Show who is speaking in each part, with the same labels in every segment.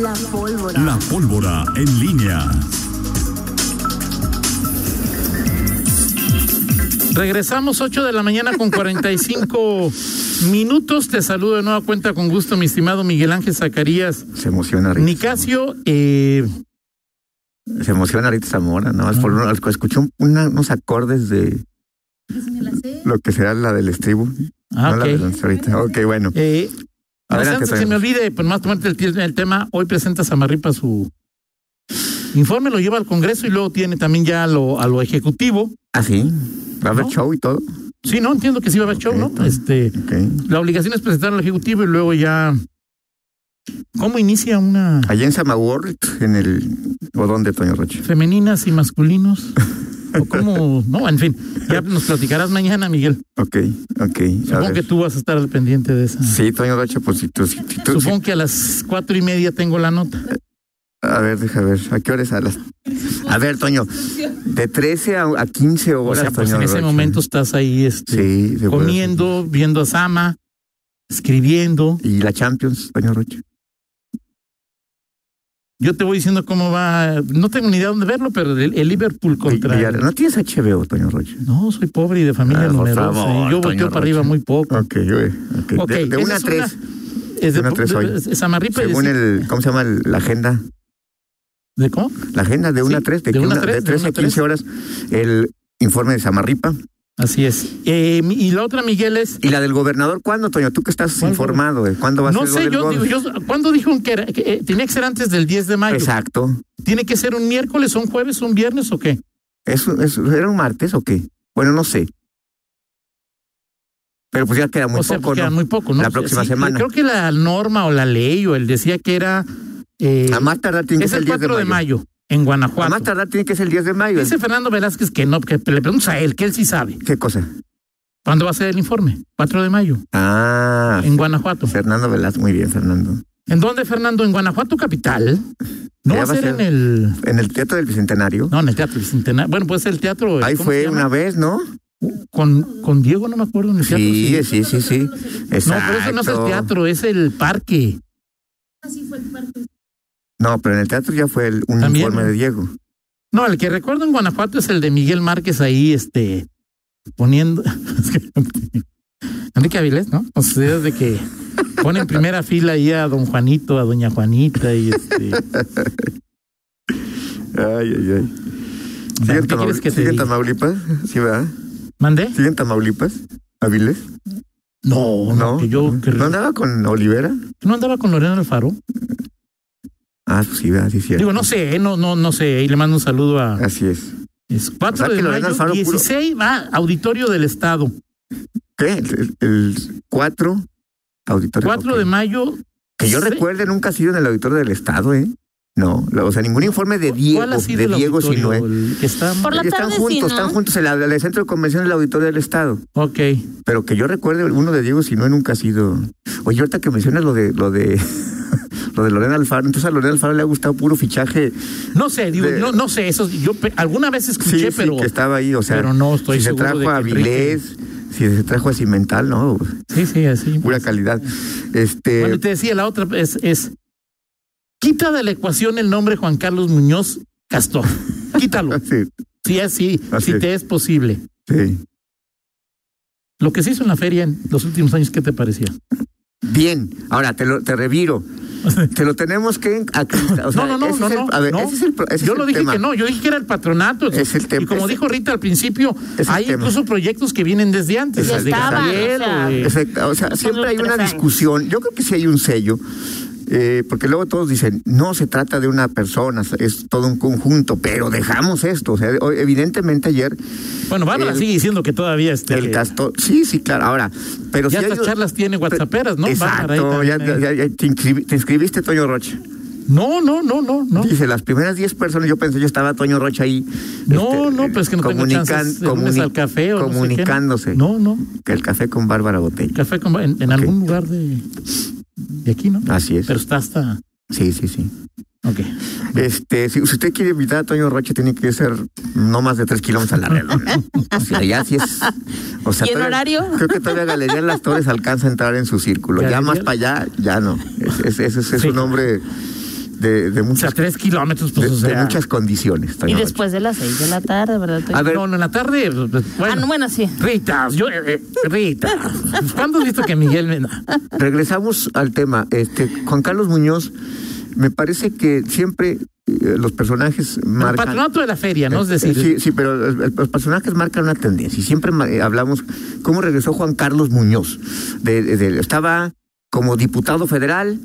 Speaker 1: La pólvora.
Speaker 2: La pólvora en línea.
Speaker 3: Regresamos 8 de la mañana con 45 minutos. Te saludo de nueva cuenta con gusto, mi estimado Miguel Ángel Zacarías.
Speaker 4: Se emociona Rita.
Speaker 3: Nicasio, eh,
Speaker 4: Se emociona Rita Zamora, nada más por uno. Escuché un- una- unos acordes de lo que será la del estribo.
Speaker 3: ah,
Speaker 4: no la
Speaker 3: ok.
Speaker 4: de lanzar ahorita. Ok, bueno.
Speaker 3: Eh, no sé,
Speaker 4: Adelante,
Speaker 3: antes que se me
Speaker 4: Toño.
Speaker 3: olvide, pues más tomarte el, tie- el tema, hoy presenta Samarripa su informe, lo lleva al Congreso y luego tiene también ya a lo, a lo Ejecutivo.
Speaker 4: Ah, sí. Va a haber
Speaker 3: ¿No?
Speaker 4: show y todo.
Speaker 3: Sí, no, entiendo que sí va a haber show, ¿no?
Speaker 4: Perfecto.
Speaker 3: Este,
Speaker 4: Ok.
Speaker 3: la obligación es presentar al Ejecutivo y luego ya... ¿Cómo inicia una
Speaker 4: Allá en Samaworld, en el. ¿O dónde, Toño Rocha?
Speaker 3: femeninas y masculinos? ¿O cómo? No, en fin, ya nos platicarás mañana, Miguel.
Speaker 4: Ok, ok. A
Speaker 3: Supongo
Speaker 4: ver.
Speaker 3: que tú vas a estar al pendiente de esa.
Speaker 4: Sí, Toño Rocha, pues si tú. Si, si tú si-
Speaker 3: Supongo que a las cuatro y media tengo la nota.
Speaker 4: a ver, deja ver. ¿A qué horas a las.? A ver, Toño. De 13 a, a 15
Speaker 3: O
Speaker 4: horas.
Speaker 3: sea, pues
Speaker 4: Toño
Speaker 3: en ese
Speaker 4: Rocha.
Speaker 3: momento estás ahí este,
Speaker 4: Sí, se puede.
Speaker 3: comiendo, viendo a Sama, escribiendo.
Speaker 4: Y la Champions, Toño Rocha.
Speaker 3: Yo te voy diciendo cómo va. No tengo ni idea dónde verlo, pero el, el Liverpool contra.
Speaker 4: Villar- ¿No tienes HBO, Toño Rocha?
Speaker 3: No, soy pobre y de familia
Speaker 4: Ah, por
Speaker 3: numerosa. y
Speaker 4: favor,
Speaker 3: yo
Speaker 4: Toño
Speaker 3: volteo para
Speaker 4: Rocha.
Speaker 3: arriba muy poco.
Speaker 4: Ok, eh, ok.
Speaker 3: Ok,
Speaker 4: de, de
Speaker 3: esa
Speaker 4: una a
Speaker 3: es una- pues,
Speaker 4: tres,
Speaker 3: Es de,
Speaker 4: una tres hoy.
Speaker 3: de- de Samarripa y de,
Speaker 4: según el, ¿cómo se llama? el- la agenda.
Speaker 3: ¿de cómo?
Speaker 4: La agenda de una a
Speaker 3: Sí,
Speaker 4: tres,
Speaker 3: de
Speaker 4: de, que
Speaker 3: una a
Speaker 4: una-
Speaker 3: tres,
Speaker 4: de
Speaker 3: de
Speaker 4: tres
Speaker 3: una
Speaker 4: a
Speaker 3: a tres.
Speaker 4: 15 horas, el informe de Samarripa.
Speaker 3: Así es. Eh, mi- y la otra, Miguel, es.
Speaker 4: ¿Y la del gobernador cuándo, Toño? Tú que estás
Speaker 3: ¿Cuál
Speaker 4: informado, de ¿cuándo va a
Speaker 3: No
Speaker 4: ser lo
Speaker 3: sé,
Speaker 4: del
Speaker 3: yo
Speaker 4: gobernador?
Speaker 3: digo, yo, ¿cuándo dijo que, era- que, eh, tenía que ser antes del 10 de mayo?
Speaker 4: Exacto.
Speaker 3: ¿Tiene que ser un miércoles, un jueves, un viernes o qué?
Speaker 4: ¿Eso, eso, ¿Era un martes o qué? Bueno, no sé. Pero pues ya queda muy
Speaker 3: o sea,
Speaker 4: poco,
Speaker 3: queda
Speaker 4: ¿no?
Speaker 3: muy poco, ¿no?
Speaker 4: La próxima semana.
Speaker 3: Creo que la norma o la ley o él decía que era. eh,
Speaker 4: A más tardar tiene que
Speaker 3: es
Speaker 4: ser el
Speaker 3: el
Speaker 4: 10 de
Speaker 3: 4
Speaker 4: mayo.
Speaker 3: de mayo, en
Speaker 4: A más
Speaker 3: Guanajuato.
Speaker 4: tardar tiene que ser el 10 de mayo.
Speaker 3: Dice Fernando Velázquez que no, que le preguntas a él, que él sí sabe.
Speaker 4: ¿Qué cosa?
Speaker 3: ¿Cuándo va a ser el informe? 4 de mayo,
Speaker 4: Ah,
Speaker 3: en Guanajuato.
Speaker 4: Fernando Velázquez. Muy bien, Fernando.
Speaker 3: ¿En dónde, Fernando? En Guanajuato Capital. No
Speaker 4: Ya
Speaker 3: va a ser en el.
Speaker 4: En el Teatro del Bicentenario.
Speaker 3: No, en el Teatro Bicentenario. Bueno, puede ser el teatro. eh,
Speaker 4: Ahí
Speaker 3: ¿cómo se
Speaker 4: fue
Speaker 3: llama?
Speaker 4: una vez, ¿no?
Speaker 3: Con, con Diego, no me acuerdo, en el teatro.
Speaker 4: Sí, sí, sí, sí.
Speaker 3: No, pero eso no es el
Speaker 4: Exacto.
Speaker 3: teatro, es el parque.
Speaker 4: No, pero en el teatro ya fue el, un
Speaker 3: También.
Speaker 4: informe de Diego.
Speaker 3: No, el que recuerdo en Guanajuato es el de Miguel Márquez ahí, este, poniendo. es que- Enrique Avilés, ¿no? O sea, es de que pone en primera fila ahí a don Juanito, a doña Juanita y este.
Speaker 4: Ay, ay, ay. ¿Sigue
Speaker 3: ¿Qué
Speaker 4: en,
Speaker 3: quieres
Speaker 4: Tamauli-
Speaker 3: que te
Speaker 4: sigue en
Speaker 3: diga?
Speaker 4: Tamaulipas? Sí, ¿verdad?
Speaker 3: ¿Mandé?
Speaker 4: ¿Sigue en Tamaulipas? ¿Avilés?
Speaker 3: No, no,
Speaker 4: No.
Speaker 3: que yo que-
Speaker 4: ¿No andaba con Olivera?
Speaker 3: ¿No andaba con Lorena Alfaro.
Speaker 4: Ah, pues sí, ¿verdad? Sí, sí.
Speaker 3: Digo, no sé, eh, no, no, no sé. Y le mando un saludo a
Speaker 4: Así es.
Speaker 3: es 4
Speaker 4: Eh, O sea, que
Speaker 3: de
Speaker 4: Lorena
Speaker 3: mayo,
Speaker 4: Alfaro puro-
Speaker 3: 16 va Auditorio del Estado.
Speaker 4: ¿Qué? El, el 4 auditorio.
Speaker 3: 4
Speaker 4: ok.
Speaker 3: de mayo.
Speaker 4: Que yo
Speaker 3: se-
Speaker 4: recuerde, nunca ha sido en el auditorio del Estado, ¿eh? No, la- o sea, ningún informe de Diego,
Speaker 3: ¿Cuál ha sido
Speaker 4: de
Speaker 3: el
Speaker 4: Diego
Speaker 3: auditorio?
Speaker 4: Sinué.
Speaker 3: El que está.
Speaker 1: Por la
Speaker 4: están
Speaker 1: tarde sí,
Speaker 4: juntos,
Speaker 1: ¿no?
Speaker 4: están juntos en el centro de convención del auditorio del Estado.
Speaker 3: Ok.
Speaker 4: Pero que yo recuerde, uno de Diego Sinue nunca ha sido. Oye, ahorita que mencionas lo de lo de lo de Lorena Alfaro, entonces a Lorena Alfaro le ha gustado puro fichaje.
Speaker 3: No sé, digo,
Speaker 4: De-
Speaker 3: no, no sé, eso yo pe- alguna vez
Speaker 4: Sí,
Speaker 3: escuché,
Speaker 4: sí,
Speaker 3: pero
Speaker 4: que estaba ahí, o sea,
Speaker 3: pero no estoy
Speaker 4: si se
Speaker 3: seguro
Speaker 4: trajo
Speaker 3: de que
Speaker 4: a Vilés, si se trajo a Cimental, no,
Speaker 3: sí, sí, así.
Speaker 4: pura calidad. Este,
Speaker 3: Bueno, y te decía la otra es, es quita de la ecuación el nombre Juan Carlos Muñoz Castor. Quítalo.
Speaker 4: sí,
Speaker 3: si es sí,
Speaker 4: Así
Speaker 3: si
Speaker 4: es.
Speaker 3: te es posible.
Speaker 4: sí.
Speaker 3: Lo que se hizo en la feria en los últimos años, ¿qué te parecía?
Speaker 4: Bien, ahora te lo te reviro. Te lo tenemos que aquí, o sea,
Speaker 3: no, no,
Speaker 4: ese
Speaker 3: no,
Speaker 4: es el-
Speaker 3: no,
Speaker 4: a ver,
Speaker 3: no.
Speaker 4: ese es el pro- ese
Speaker 3: yo
Speaker 4: es
Speaker 3: lo
Speaker 4: el
Speaker 3: dije
Speaker 4: tema.
Speaker 3: que no, yo dije que era el patronato.
Speaker 4: Es el tema,
Speaker 3: y como
Speaker 4: es-
Speaker 3: dijo Rita al principio,
Speaker 4: es el
Speaker 3: hay
Speaker 4: tema.
Speaker 3: incluso proyectos que vienen desde antes,
Speaker 4: Ya
Speaker 3: desde
Speaker 1: estaban,
Speaker 3: Gabriel
Speaker 1: o sea.
Speaker 3: o de-
Speaker 4: Exacto, o sea, siempre hay
Speaker 1: tres
Speaker 4: una
Speaker 1: años.
Speaker 4: discusión. Yo creo que sí hay un sello, eh, porque luego todos dicen, no se trata de una persona, es todo un conjunto, pero dejamos esto. O sea, hoy- evidentemente ayer
Speaker 3: Bueno, Bárbara
Speaker 4: el-
Speaker 3: sigue diciendo que todavía este
Speaker 4: el castor. Sí, sí, claro, ahora. Pero
Speaker 3: ya
Speaker 4: sí hay
Speaker 3: estas
Speaker 4: un-
Speaker 3: charlas tiene whatsapperas, ¿no? Bárbara ahí
Speaker 4: Exacto, ya,
Speaker 3: también, eh.
Speaker 4: ya- ya- te, inscribi- te inscribiste, Toño Rocha.
Speaker 3: No, no, no, no, no.
Speaker 4: Dice, las primeras 10 personas, yo pensé, yo estaba Toño Rocha ahí.
Speaker 3: No,
Speaker 4: este,
Speaker 3: no, pero es que no tengo chances de lunes
Speaker 4: comuni-
Speaker 3: al café o no sé qué, ¿no?
Speaker 4: comunicándose.
Speaker 3: No, no,
Speaker 4: que el café con Bárbara Botella.
Speaker 3: café con- en, en
Speaker 4: Ok.
Speaker 3: algún lugar de, de aquí, ¿no?
Speaker 4: Así es.
Speaker 3: Pero está hasta...
Speaker 4: Sí, sí, sí.
Speaker 3: Ok.
Speaker 4: Este, si usted quiere invitar a Toño Rocha, tiene que ser no más de tres kilómetros a la redonda. O sea, ya sí es. O sea,
Speaker 1: ¿Y en
Speaker 4: todavía-
Speaker 1: horario?
Speaker 4: Creo que todavía Galería Las Torres alcanza a entrar en su círculo. Ya
Speaker 3: Galería-
Speaker 4: más para allá, ya no. Es- es- Ese es, es
Speaker 3: Sí.
Speaker 4: un hombre de, de
Speaker 3: O sea,
Speaker 4: muchas,
Speaker 3: tres kilómetros,
Speaker 4: de,
Speaker 3: pues, o
Speaker 4: de
Speaker 3: sea,
Speaker 4: muchas condiciones. estoy
Speaker 1: Y
Speaker 4: hablando.
Speaker 1: después de las seis de la tarde, ¿verdad?
Speaker 4: A ver.
Speaker 3: No, no, en la tarde. pues, Bueno.
Speaker 1: Ah, no, bueno, sí.
Speaker 3: Rita, yo, eh, eh, Rita. ¿Cuándo has visto que Miguel me- no.
Speaker 4: Regresamos al tema. Este, Juan Carlos Muñoz, me parece que siempre eh, los personajes
Speaker 3: El
Speaker 4: marcan.
Speaker 3: patronato de la feria, ¿no? Es
Speaker 4: Eh,
Speaker 3: decir,
Speaker 4: Sí, sí, pero eh, los personajes marcan una tendencia. Y siempre ma- eh, hablamos cómo regresó Juan Carlos Muñoz. De, de- de- estaba como diputado federal,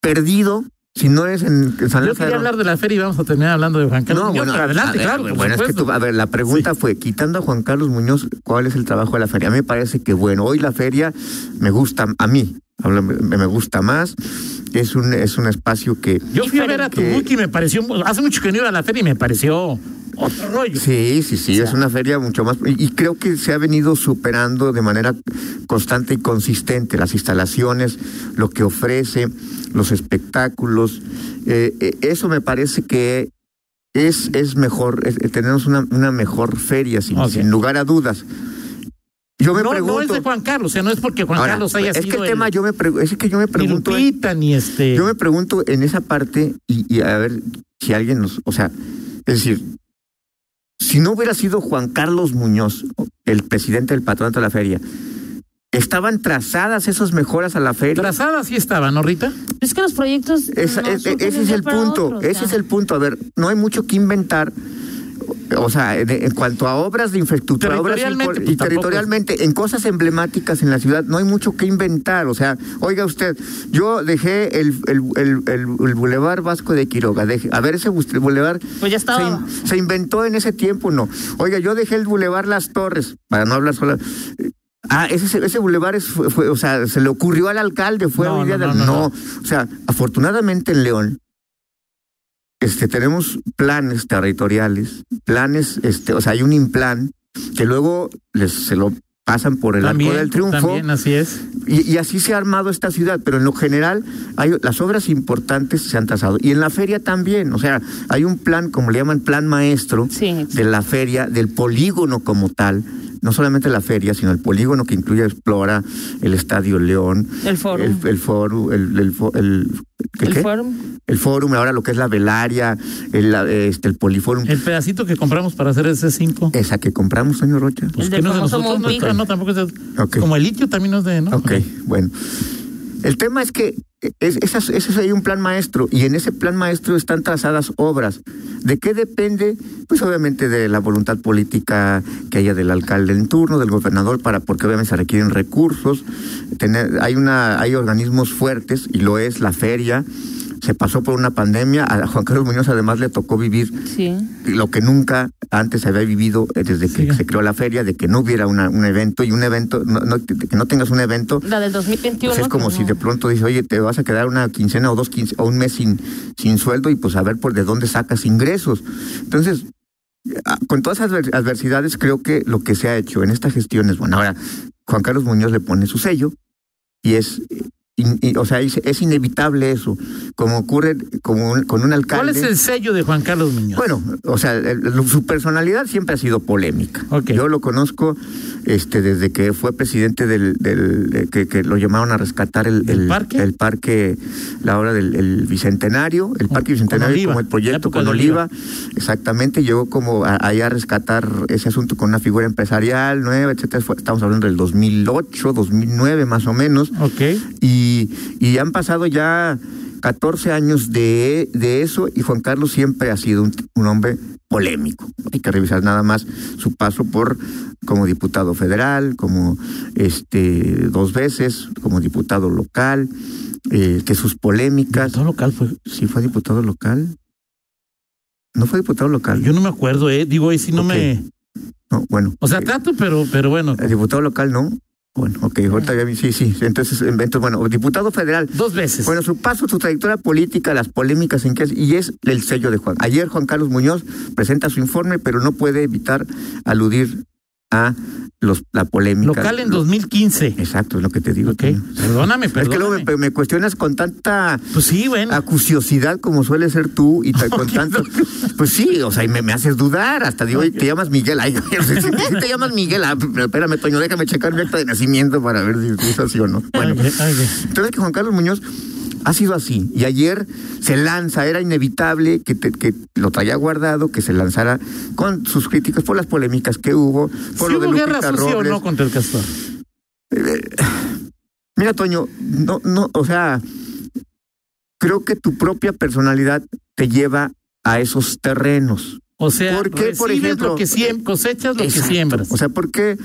Speaker 4: perdido, si no es en, en San
Speaker 3: yo
Speaker 4: Lázaro.
Speaker 3: quería hablar de la feria y vamos a terminar hablando de Juan Carlos.
Speaker 4: No,
Speaker 3: Muñoz,
Speaker 4: bueno,
Speaker 3: pero
Speaker 4: a
Speaker 3: adelante,
Speaker 4: ver,
Speaker 3: claro. por
Speaker 4: Bueno, es que
Speaker 3: supuesto.
Speaker 4: tú, a ver, la pregunta fue, quitando a Juan Carlos Muñoz, ¿cuál es el trabajo de la feria? A mí me parece que, bueno, hoy la feria me gusta, a mí, habla- me me gusta más, es un, es un espacio que...
Speaker 3: Yo fui a ver a tu
Speaker 4: Diferente.
Speaker 3: y me pareció. Hace mucho que no iba a la feria y me pareció otro rollo.
Speaker 4: Sí, sí, sí, es una feria mucho más... Y, y creo que se ha venido superando de manera constante y consistente las instalaciones, lo que ofrece, los espectáculos. eh, eh, eso me parece que es, es mejor, es- eh, tenemos una, una mejor feria, sin,
Speaker 3: Ok.
Speaker 4: sin lugar a dudas. Yo me
Speaker 3: no, no es
Speaker 4: pregunto...
Speaker 3: de Juan Carlos, o sea, no es porque Juan
Speaker 4: Ahora,
Speaker 3: Carlos haya
Speaker 4: es
Speaker 3: sido.
Speaker 4: que el tema, yo me, pregu- es que yo me
Speaker 3: ni
Speaker 4: pregunto...
Speaker 3: Lupita, ni este.
Speaker 4: Yo me pregunto en esa parte y, y a ver si alguien nos, o sea, es decir, si no hubiera sido Juan Carlos Muñoz, el presidente del patronato de la feria, ¿estaban trazadas esas mejoras a la feria?
Speaker 3: Trazada sí estaba, ¿no, Rita?
Speaker 1: Es que los proyectos.
Speaker 4: Esa-
Speaker 1: no
Speaker 4: es-
Speaker 1: surgen de
Speaker 4: ese
Speaker 1: un
Speaker 4: es
Speaker 1: día
Speaker 4: el
Speaker 1: para
Speaker 4: punto,
Speaker 1: otro, o
Speaker 4: ese
Speaker 1: sea.
Speaker 4: es el punto. A ver, no hay mucho que inventar. O sea, en, en cuanto a obras de infraestructura, obras
Speaker 3: Territorialmente,
Speaker 4: impor-
Speaker 3: pues,
Speaker 4: y
Speaker 3: tampoco
Speaker 4: territorialmente, en cosas emblemáticas en la ciudad, no hay mucho que inventar. O sea, oiga usted, yo dejé el, el, el, el- el Boulevard Vasco de Quiroga. dejé- a ver, ese bus- Boulevard
Speaker 1: Pues ya
Speaker 4: se,
Speaker 1: estaba.
Speaker 4: in- se inventó en ese tiempo, no. Oiga, yo dejé el Boulevard Las Torres, para no hablar sola. Ah, ese, ese bulevar es- fue, fue- o sea, se le ocurrió al alcalde, fue
Speaker 3: No,
Speaker 4: idea
Speaker 3: no,
Speaker 4: de-
Speaker 3: no, no,
Speaker 4: no. O sea, afortunadamente en León este, tenemos planes territoriales, planes, este, o sea, hay un implan que luego les, se lo pasan por el arco del triunfo.
Speaker 3: También, así es.
Speaker 4: Y, y así se ha armado esta ciudad, pero en lo general hay, las obras importantes se han tasado. Y en la feria también, o sea, hay un plan, como le llaman, plan maestro
Speaker 1: Sí, exacto.
Speaker 4: de la feria, del polígono como tal, no solamente la feria, sino el polígono que incluye Explora, el Estadio León,
Speaker 1: El foro.
Speaker 4: el, el foro, el, el, fo- el- ¿qué,
Speaker 1: El
Speaker 4: qué?
Speaker 1: foro.
Speaker 4: El fórum, ahora lo que es la velaria, el, la- este, el poliforum,
Speaker 3: El pedacito que compramos para hacer ese 5.
Speaker 4: esa que compramos, señor Rocha.
Speaker 3: Pues
Speaker 1: El
Speaker 3: que
Speaker 1: del
Speaker 3: no es de
Speaker 1: famoso
Speaker 3: nosotros,
Speaker 1: Montpico.
Speaker 3: no, no, tampoco es de-
Speaker 4: Ok.
Speaker 3: Como el litio también no es de, ¿no?
Speaker 4: Ok, bueno. El tema es que es, esas, esas- hay un plan maestro y en ese plan maestro están trazadas obras. ¿De qué depende? Pues obviamente de la voluntad política que haya del alcalde en turno, del gobernador, para porque obviamente se requieren recursos. Tener, hay una, hay organismos fuertes y lo es la feria. Se pasó por una pandemia. A Juan Carlos Muñoz además le tocó vivir
Speaker 1: Sí.
Speaker 4: lo que nunca antes había vivido eh, desde que
Speaker 3: Sí.
Speaker 4: se creó la feria, de que no hubiera una- un evento y un evento, no- no- que no tengas un evento
Speaker 1: La del 2021.
Speaker 4: pues es como
Speaker 1: que
Speaker 4: si
Speaker 1: no.
Speaker 4: de pronto dices, oye, te vas a quedar una quincena o dos quince, o un mes sin, sin sueldo y pues a ver por de dónde sacas ingresos. Entonces, a- con todas esas adver- adversidades, creo que lo que se ha hecho en esta gestión es bueno. Ahora, Juan Carlos Muñoz le pone su sello y es, eh, in- y- o sea, es, es inevitable eso, como ocurre con un, con un
Speaker 3: ¿Cuál
Speaker 4: alcalde.
Speaker 3: es el sello de Juan Carlos Muñoz?
Speaker 4: Bueno, o sea, el- el- su personalidad siempre ha sido polémica.
Speaker 3: Ok.
Speaker 4: Yo lo conozco este, desde que fue presidente del, del de que, que lo llamaron a rescatar el,
Speaker 3: ¿Del parque?
Speaker 4: el parque, la obra del el bicentenario, el parque
Speaker 3: Oh, con
Speaker 4: bicentenario
Speaker 3: Oliva,
Speaker 4: como el
Speaker 3: la
Speaker 4: proyecto
Speaker 3: época
Speaker 4: con
Speaker 3: de
Speaker 4: Oliva, exactamente. Llegó como a- ahí a rescatar ese asunto con una figura empresarial nueva, etcétera. Fue- estamos hablando del 2008, 2009 más o menos
Speaker 3: ok.
Speaker 4: y, y han pasado ya 14 años de, de eso y Juan Carlos siempre ha sido un, un hombre polémico. Hay que revisar nada más su paso por como diputado federal, como este dos veces, como diputado local, eh, que sus polémicas.
Speaker 3: Todo local fue.
Speaker 4: ¿Sí fue diputado local? ¿No fue diputado local?
Speaker 3: Yo no me acuerdo, eh. Digo, ahí sí no
Speaker 4: Ok.
Speaker 3: me.
Speaker 4: No, bueno.
Speaker 3: O sea,
Speaker 4: Eh,
Speaker 3: trato, pero, pero bueno.
Speaker 4: eh, diputado local no. Bueno, ok, ahorita
Speaker 3: Ah.
Speaker 4: ya vi- sí, sí. Entonces, eh, entonces, bueno, diputado federal,
Speaker 3: Dos veces.
Speaker 4: Bueno, su paso, su trayectoria política, las polémicas en que es, y es el sello de Juan. Ayer Juan Carlos Muñoz presenta su informe, pero no puede evitar aludir a los, la polémica.
Speaker 3: local en 2015.
Speaker 4: Exacto, es lo que te digo.
Speaker 3: Ok.
Speaker 4: Toño.
Speaker 3: Perdóname,
Speaker 4: Es que luego
Speaker 3: perdóname.
Speaker 4: me, Ah, me cuestionas con tanta
Speaker 3: Pues sí, bueno.
Speaker 4: acuciosidad como suele ser tú y ta- con tanto. Pues sí, o sea, y me, me haces dudar. Hasta digo, oye, te llamas Miguel. Ay, si, si te llamas Miguel, ah, pero espérame, Toño, déjame checar mi acta de nacimiento para ver si es así o no. Bueno, pues,
Speaker 3: Ok, ok.
Speaker 4: entonces que Juan Carlos Muñoz Ha sido así. Y ayer se lanza, era inevitable que, te- que lo traía guardado, que se lanzara con sus críticas por las polémicas que hubo, por
Speaker 3: ¿Sí
Speaker 4: lo de
Speaker 3: hubo guerra
Speaker 4: Lupita
Speaker 3: sucia o
Speaker 4: Robles.
Speaker 3: no contra el castor?
Speaker 4: Mira, Toño, no, no, o sea, creo que tu propia personalidad te lleva a esos terrenos.
Speaker 3: O sea,
Speaker 4: ¿Por qué, por
Speaker 3: recibes
Speaker 4: ejemplo?
Speaker 3: lo que siem- cosechas lo
Speaker 4: Exacto.
Speaker 3: que siembras.
Speaker 4: O sea, ¿por qué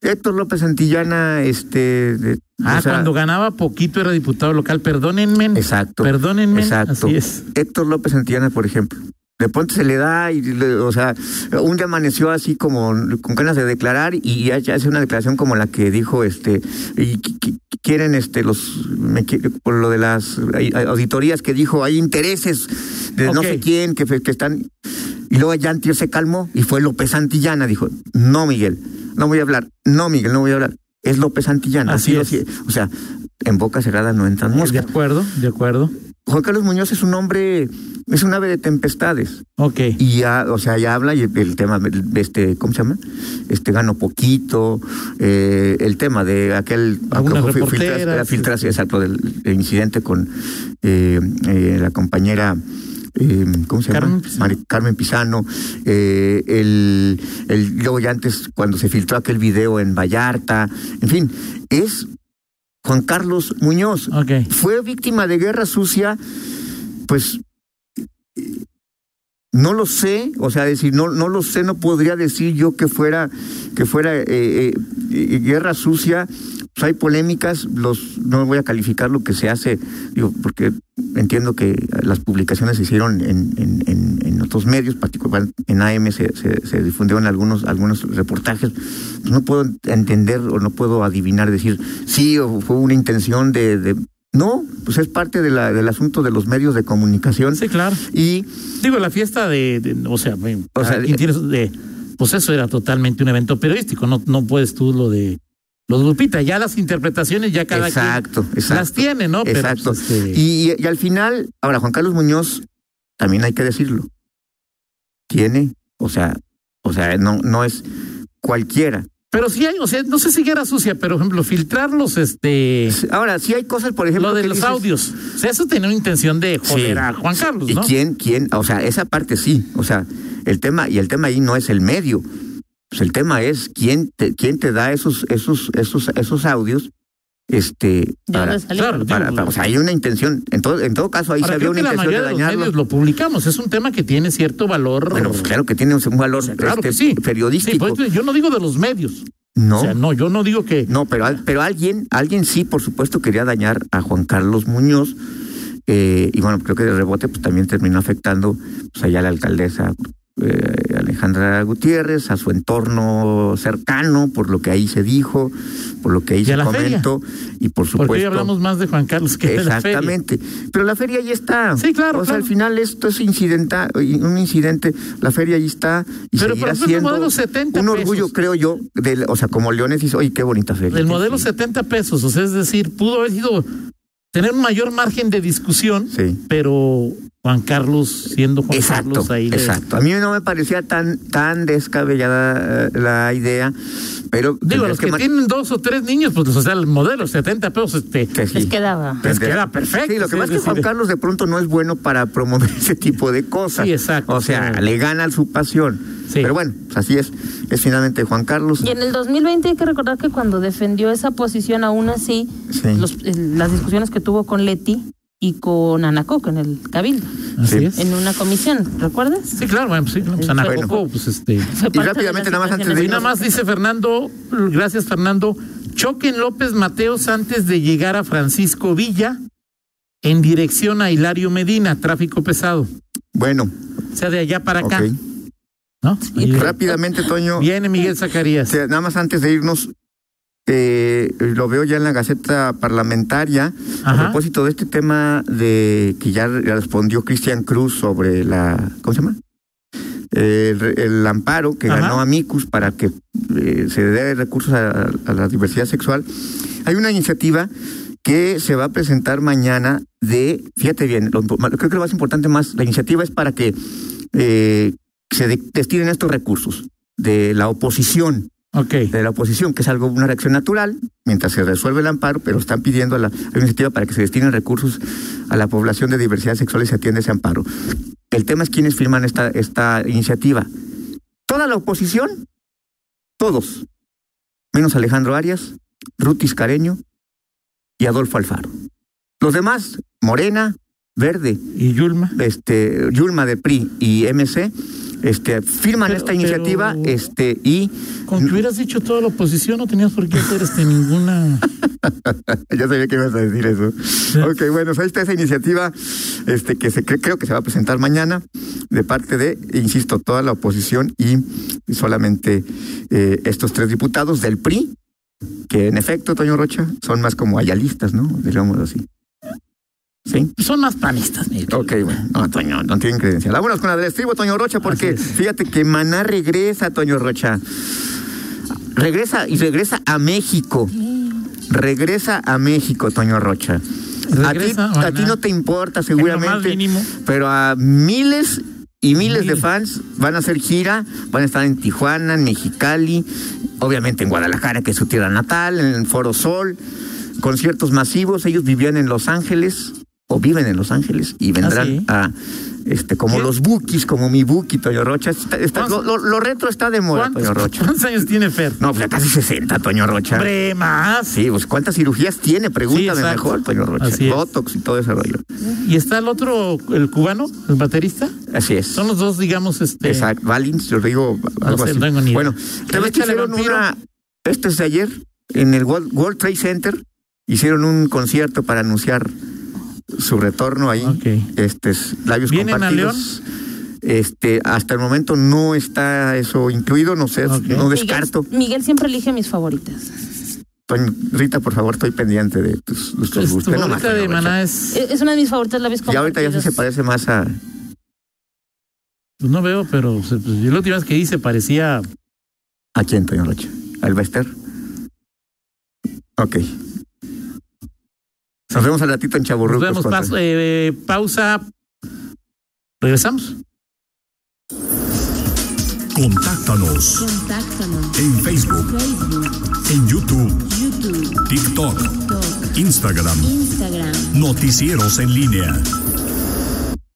Speaker 4: Héctor López Santillana, este... de-
Speaker 3: ah,
Speaker 4: o sea,
Speaker 3: cuando ganaba poquito era diputado local. Perdónenme.
Speaker 4: Exacto.
Speaker 3: Perdónenme.
Speaker 4: Exacto.
Speaker 3: Así es.
Speaker 4: Héctor López Santillana, por ejemplo. De pronto se le da, y, le- o sea, un día amaneció así como con ganas de declarar y hace hace una declaración como la que dijo, este, y qui- qui- quieren, este, los, me qui- por lo de las eh, auditorías que dijo, hay intereses de no
Speaker 3: Ok.
Speaker 4: sé quién que, fe- que están. Y luego ya antier se calmó y fue López Santillana, dijo, no, Miguel, no voy a hablar, no, Migul, no voy a hablar. Es López Santillana.
Speaker 3: Así
Speaker 4: lo
Speaker 3: es.
Speaker 4: sie- O sea, en boca cerrada no entran
Speaker 3: De
Speaker 4: moscas.
Speaker 3: acuerdo, de acuerdo.
Speaker 4: Juan Carlos Muñoz es un hombre, es un ave de tempestades.
Speaker 3: Ok.
Speaker 4: Y ya, o sea, ya habla y el tema, el- este, ¿cómo se llama? Este gano poquito, eh, el tema de aquel
Speaker 3: Algunas
Speaker 4: aquel fil-
Speaker 3: reporteras,
Speaker 4: filtras- la filtras-
Speaker 3: este.
Speaker 4: exacto, del del incidente con eh, eh, la compañera. eh, ¿Cómo se
Speaker 3: Carmen
Speaker 4: llama?
Speaker 3: Pizano.
Speaker 4: Mari- Carmen Pizano. eh, el, el, luego ya antes, cuando se filtró aquel video en Vallarta. En fin, es Juan Carlos Muñoz
Speaker 3: Ok.
Speaker 4: fue víctima de guerra sucia, pues no lo sé, o sea, decir, no, no lo sé, no podría decir yo que fuera, que fuera eh, eh, eh, guerra sucia. Pues hay polémicas, los, no voy a calificar lo que se hace, digo, porque entiendo que las publicaciones se hicieron en, en- en- en otros medios, particularmente en AM se, se, se difundieron algunos, algunos reportajes. Pues No puedo entender o no puedo adivinar, decir, sí, o fue una intención de... de- no, pues es parte de la- del asunto de los medios de comunicación
Speaker 3: Sí, claro.
Speaker 4: y
Speaker 3: Digo, la fiesta de, de- o sea, bueno,
Speaker 4: O sea, eh,
Speaker 3: cada quien tiene su- de- pues eso era totalmente un evento periodístico, no, no puedes tú lo de los Lupita, ya las interpretaciones ya cada
Speaker 4: exacto,
Speaker 3: quien
Speaker 4: exacto.
Speaker 3: las tiene, ¿no? Pero,
Speaker 4: Exacto.
Speaker 3: pues, este,
Speaker 4: Y, y al final, ahora Juan Carlos Muñoz, también hay que decirlo, tiene, o sea, o sea, no, no es cualquiera.
Speaker 3: pero sí hay, o sea, no sé si era sucia, pero por ejemplo, filtrar los este
Speaker 4: Ahora, sí hay cosas, por ejemplo.
Speaker 3: lo de
Speaker 4: que
Speaker 3: los
Speaker 4: dices-
Speaker 3: audios. O sea, eso tenía una intención de joder
Speaker 4: Sí.
Speaker 3: a Juan Carlos,
Speaker 4: ¿Y
Speaker 3: ¿no?
Speaker 4: quién, quién? O sea, esa parte sí. O sea, el tema, y el tema ahí no es el medio. Pues el tema es quién te, quién te da esos, esos, esos, esos audios. Este,
Speaker 1: ¿De
Speaker 4: para,
Speaker 1: dónde salió?
Speaker 3: Claro,
Speaker 4: para-
Speaker 3: digo,
Speaker 4: para- o sea, hay una intención. En todo, en todo caso, ahí
Speaker 3: ahora
Speaker 4: se había
Speaker 3: creo
Speaker 4: una
Speaker 3: que la
Speaker 4: intención
Speaker 3: mayoría
Speaker 4: de
Speaker 3: de los
Speaker 4: dañarlo.
Speaker 3: medios lo publicamos, es un tema que tiene cierto valor.
Speaker 4: Bueno, pues claro que tiene un valor
Speaker 3: claro
Speaker 4: este,
Speaker 3: que sí. Sí,
Speaker 4: periodístico.
Speaker 3: pues, yo no digo de los medios. O
Speaker 4: no,
Speaker 3: sea, no, yo no digo que
Speaker 4: no, pero, al- pero alguien, alguien sí, por supuesto, quería dañar a Juan Carlos Muñoz. eh, y bueno, creo que de rebote pues también terminó afectando pues allá a la alcaldesa eh, Alejandra Gutiérrez, a su entorno cercano, por lo que ahí se dijo, por lo que ahí
Speaker 3: Y
Speaker 4: se
Speaker 3: a la feria.
Speaker 4: comentó, y por supuesto.
Speaker 3: Porque hoy hablamos más de Juan Carlos que de la feria.
Speaker 4: Exactamente. Pero la feria ya está.
Speaker 3: Sí, claro,
Speaker 4: O sea,
Speaker 3: claro.
Speaker 4: al final esto es incidenta, un incidente. La feria ahí está. Y
Speaker 3: Pero, por
Speaker 4: seguirá
Speaker 3: ejemplo, el
Speaker 4: siendo
Speaker 3: modelo 70
Speaker 4: un orgullo,
Speaker 3: pesos.
Speaker 4: creo yo, del- o sea, como Leones dice, oye, qué bonita feria.
Speaker 3: El modelo
Speaker 4: Sí.
Speaker 3: 70 pesos, o sea, es decir, pudo haber sido tener un mayor margen de discusión,
Speaker 4: Sí.
Speaker 3: pero Juan Carlos siendo Juan
Speaker 4: Exacto,
Speaker 3: Carlos ahí. le-
Speaker 4: exacto. A mí no me parecía tan tan descabellada eh, la idea, pero
Speaker 3: Digo,
Speaker 4: tendrías
Speaker 3: a los que,
Speaker 4: man-
Speaker 3: tienen dos o tres niños, pues o sea, el modelo 70 pesos, este,
Speaker 4: que sí.
Speaker 1: Les quedaba.
Speaker 3: les
Speaker 4: Tendría-
Speaker 3: queda Pues perfecto.
Speaker 4: Sí, lo
Speaker 3: sí,
Speaker 4: que pasa es que
Speaker 3: decir,
Speaker 4: Juan Carlos de pronto no es bueno para promover ese tipo de cosas.
Speaker 3: Sí, exacto.
Speaker 4: O sea,
Speaker 3: Sí.
Speaker 4: le gana su pasión.
Speaker 3: Sí.
Speaker 4: Pero bueno, pues así es. Es finalmente Juan Carlos.
Speaker 1: Y en el 2020 hay que recordar que cuando defendió esa posición, aún así,
Speaker 4: Sí.
Speaker 1: los- eh, las discusiones que tuvo con Leti y con Anacoc en el Cabildo,
Speaker 3: Así
Speaker 4: Sí.
Speaker 3: es.
Speaker 1: en una comisión, ¿recuerdas?
Speaker 3: Sí, claro, bueno, pues, sí, claro, pues,
Speaker 1: Bueno.
Speaker 3: Anacoco, pues este.
Speaker 1: Fue parte de
Speaker 4: rápidamente,
Speaker 1: las
Speaker 4: nada más antes
Speaker 1: situaciones
Speaker 4: de
Speaker 3: Y nada más dice Fernando, gracias Fernando, choquen López Mateos antes de llegar a Francisco Villa en dirección a Hilario Medina, tráfico pesado.
Speaker 4: Bueno,
Speaker 3: O sea, de allá para acá,
Speaker 4: ok.
Speaker 3: ¿no?
Speaker 1: Y
Speaker 3: Ahí-
Speaker 4: Rápidamente, Toño.
Speaker 3: Viene Miguel Zacarías.
Speaker 4: Este, nada más antes de irnos, eh, lo veo ya en la Gaceta Parlamentaria, a
Speaker 3: Ajá.
Speaker 4: propósito de este tema de que ya respondió Cristian Cruz sobre la, ¿cómo se llama? El, re- el amparo que
Speaker 3: Ajá.
Speaker 4: ganó Amicus para que eh, se dé recursos a, a la diversidad sexual. Hay una iniciativa que se va a presentar mañana de, fíjate bien, lo impo- creo que lo más importante más, la iniciativa es para que eh, se de- destinen estos recursos de la oposición
Speaker 3: Ok.
Speaker 4: de la oposición, que es algo, una reacción natural, mientras se resuelve el amparo, pero están pidiendo a la, a la iniciativa para que se destinen recursos a la población de diversidad sexual y se atiende ese amparo. El tema es quiénes firman esta, esta iniciativa. Toda la oposición, todos, menos Alejandro Arias, Rutis Careño y Adolfo Alfaro. Los demás, Morena, Verde,
Speaker 3: ¿Y Yulma?
Speaker 4: este, Yulma de PRI y MC, este, firman
Speaker 3: Pero-
Speaker 4: esta iniciativa
Speaker 3: pero-
Speaker 4: este, y
Speaker 3: Con que hubieras dicho toda la oposición, no tenías por qué hacer este ninguna.
Speaker 4: Ya sabía que ibas a decir eso. Ok, bueno, pues ahí está esa iniciativa este, que se cre- creo que se va a presentar mañana de parte de, insisto, toda la oposición y solamente eh, estos tres diputados del PRI, que en efecto, Toño Rocha, son más como ayalistas, ¿no? Digamos así. ¿Sí?
Speaker 3: Son más panistas, Miguel.
Speaker 4: Ok, bueno. No, Toño, no tienen credencial. Vámonos con la del estribo, Toño Rocha, porque
Speaker 3: Así es.
Speaker 4: fíjate que Maná regresa, Toño Rocha. Regresa y regresa a México. Regresa a México, Toño Rocha. A ti,
Speaker 3: Regresa,
Speaker 4: a
Speaker 3: Maná.
Speaker 4: ti no te importa
Speaker 3: En lo más
Speaker 4: seguramente,
Speaker 3: mínimo.
Speaker 4: pero a miles y miles de
Speaker 3: Miles.
Speaker 4: fans van a hacer gira, van a estar en Tijuana, en Mexicali, obviamente en Guadalajara, que es su tierra natal, en el Foro Sol, conciertos masivos, ellos vivían en Los Ángeles o viven en Los Ángeles y vendrán
Speaker 3: Ah, sí.
Speaker 4: a este como
Speaker 3: ¿Qué?
Speaker 4: los bookies, como mi bookie Toño Rocha. Está- está- lo,
Speaker 3: ¿Cuántos-
Speaker 4: lo- lo retro está de moda, Toño
Speaker 3: ¿Cuántos,
Speaker 4: Rocha.
Speaker 3: cuántos años tiene Fer?
Speaker 4: No, pues ya casi 60, Toño Rocha.
Speaker 3: Hombre, más.
Speaker 4: Sí, pues cuántas cirugías tiene, pregúntame
Speaker 3: exacto.
Speaker 4: mejor, Toño Rocha.
Speaker 3: Así es.
Speaker 4: Botox y todo ese rollo.
Speaker 3: Y está el otro, el cubano, el baterista.
Speaker 4: Así es.
Speaker 3: Son los dos, digamos, este.
Speaker 4: Exacto. Valins, yo digo algo
Speaker 3: sé,
Speaker 4: así.
Speaker 3: no tengo ni idea.
Speaker 4: Bueno,
Speaker 3: ¿El
Speaker 4: ¿sabes que
Speaker 3: Échale
Speaker 4: hicieron
Speaker 3: Vampiro?
Speaker 4: una. Este es de ayer, en el World, World Trade Center, hicieron un concierto para anunciar su retorno ahí.
Speaker 3: Ok.
Speaker 4: Este es Labios
Speaker 3: ¿Vienen a
Speaker 4: Compartidos. Este, hasta el momento no está eso incluido, no sé,
Speaker 3: Ok.
Speaker 4: no
Speaker 1: Miguel-
Speaker 4: descarto.
Speaker 1: Miguel, siempre elige mis favoritas.
Speaker 4: Toño- Rita, por favor, estoy pendiente de tus, tus
Speaker 3: Pues,
Speaker 4: gustos.
Speaker 3: tu
Speaker 4: No más,
Speaker 3: favorita
Speaker 4: Toño
Speaker 3: de
Speaker 4: Rocha.
Speaker 3: Maná es.
Speaker 1: Es, es una de mis favoritas, la ves
Speaker 4: Y ahorita ya sí se parece más a.
Speaker 3: pues, no veo, pero o sea, pues, yo la última vez que hice parecía.
Speaker 4: ¿A quién, Toño Rocha? ¿Al Bester? Ok. Nos vemos al ratito en
Speaker 3: Nos
Speaker 4: Chaburrucos.
Speaker 3: vemos,
Speaker 4: Contra.
Speaker 3: pas- eh, pausa. Regresamos.
Speaker 2: Contáctanos
Speaker 1: Contáctanos.
Speaker 2: en Facebook,
Speaker 1: Facebook,
Speaker 2: en YouTube,
Speaker 1: YouTube,
Speaker 2: TikTok,
Speaker 1: TikTok,
Speaker 2: Instagram.
Speaker 1: Instagram.
Speaker 2: Noticieros en línea.